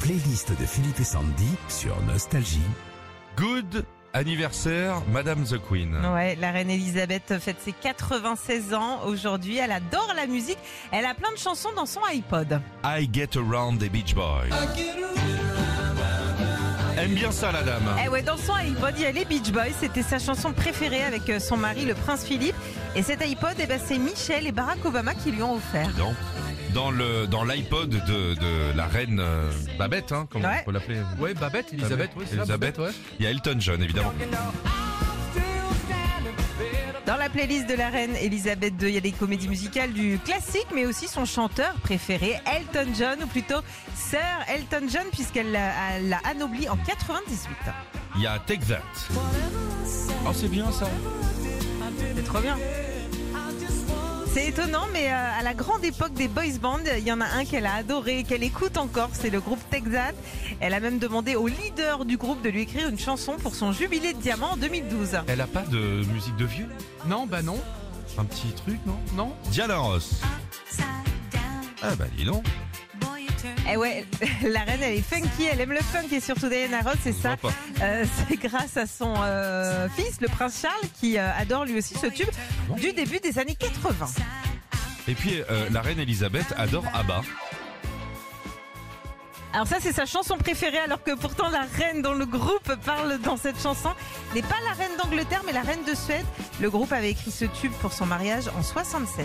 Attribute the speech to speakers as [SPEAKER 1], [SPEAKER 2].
[SPEAKER 1] playlist de Philippe et Sandy sur Nostalgie.
[SPEAKER 2] Good anniversaire, Madame the Queen.
[SPEAKER 3] Ouais, la reine Elisabeth fête ses 96 ans aujourd'hui. Elle adore la musique. Elle a plein de chansons dans son iPod.
[SPEAKER 2] I get around the Beach Boys. Aime bien ça, la dame.
[SPEAKER 3] Eh ouais, dans son iPod, il y a les Beach Boys. C'était sa chanson préférée avec euh, son mari, le prince Philippe. Et cet iPod, eh ben, c'est Michel et Barack Obama qui lui ont offert.
[SPEAKER 2] Dis donc. Dans le dans l'iPod de, de la reine euh, Babette, hein, comme
[SPEAKER 3] Ouais.
[SPEAKER 2] on peut l'appeler.
[SPEAKER 4] Ouais, Babette, Elisabeth, oui, c'est ça,
[SPEAKER 2] Elisabeth.
[SPEAKER 4] Babette, ouais.
[SPEAKER 2] Il y a Elton John, évidemment.
[SPEAKER 3] Dans la playlist de la reine Elisabeth II, il y a des comédies musicales du classique, mais aussi son chanteur préféré, Elton John, ou plutôt Sir Elton John, puisqu'elle l'a elle l'a anobli en 98.
[SPEAKER 2] Il y a Take That. Oh, c'est bien ça.
[SPEAKER 3] C'est trop bien. C'est étonnant, mais euh, à la grande époque des boys bands, il y en a un qu'elle a adoré, qu'elle écoute encore, c'est le groupe Texas. Elle a même demandé au leader du groupe de lui écrire une chanson pour son jubilé de diamant en 2012.
[SPEAKER 2] Elle a pas de musique de vieux
[SPEAKER 4] Non, bah non,
[SPEAKER 2] Un petit truc, non
[SPEAKER 4] non.
[SPEAKER 2] Diana Ross.
[SPEAKER 5] Upside down,
[SPEAKER 2] Ah bah dis donc.
[SPEAKER 5] boy, you turn
[SPEAKER 3] Eh ouais, la reine, elle est funky, elle aime le funk et surtout Diana Ross, c'est ça.
[SPEAKER 2] Sympa.
[SPEAKER 3] Euh, c'est grâce à son euh, fils, le prince Charles, qui euh, adore lui aussi ce tube du début des années 80.
[SPEAKER 2] Et puis euh, la reine Elisabeth adore Abba.
[SPEAKER 3] Alors ça, c'est sa chanson préférée, alors que pourtant la reine dont le groupe parle dans cette chanson n'est pas la reine d'Angleterre, mais la reine de Suède. Le groupe avait écrit ce tube pour son mariage en 76.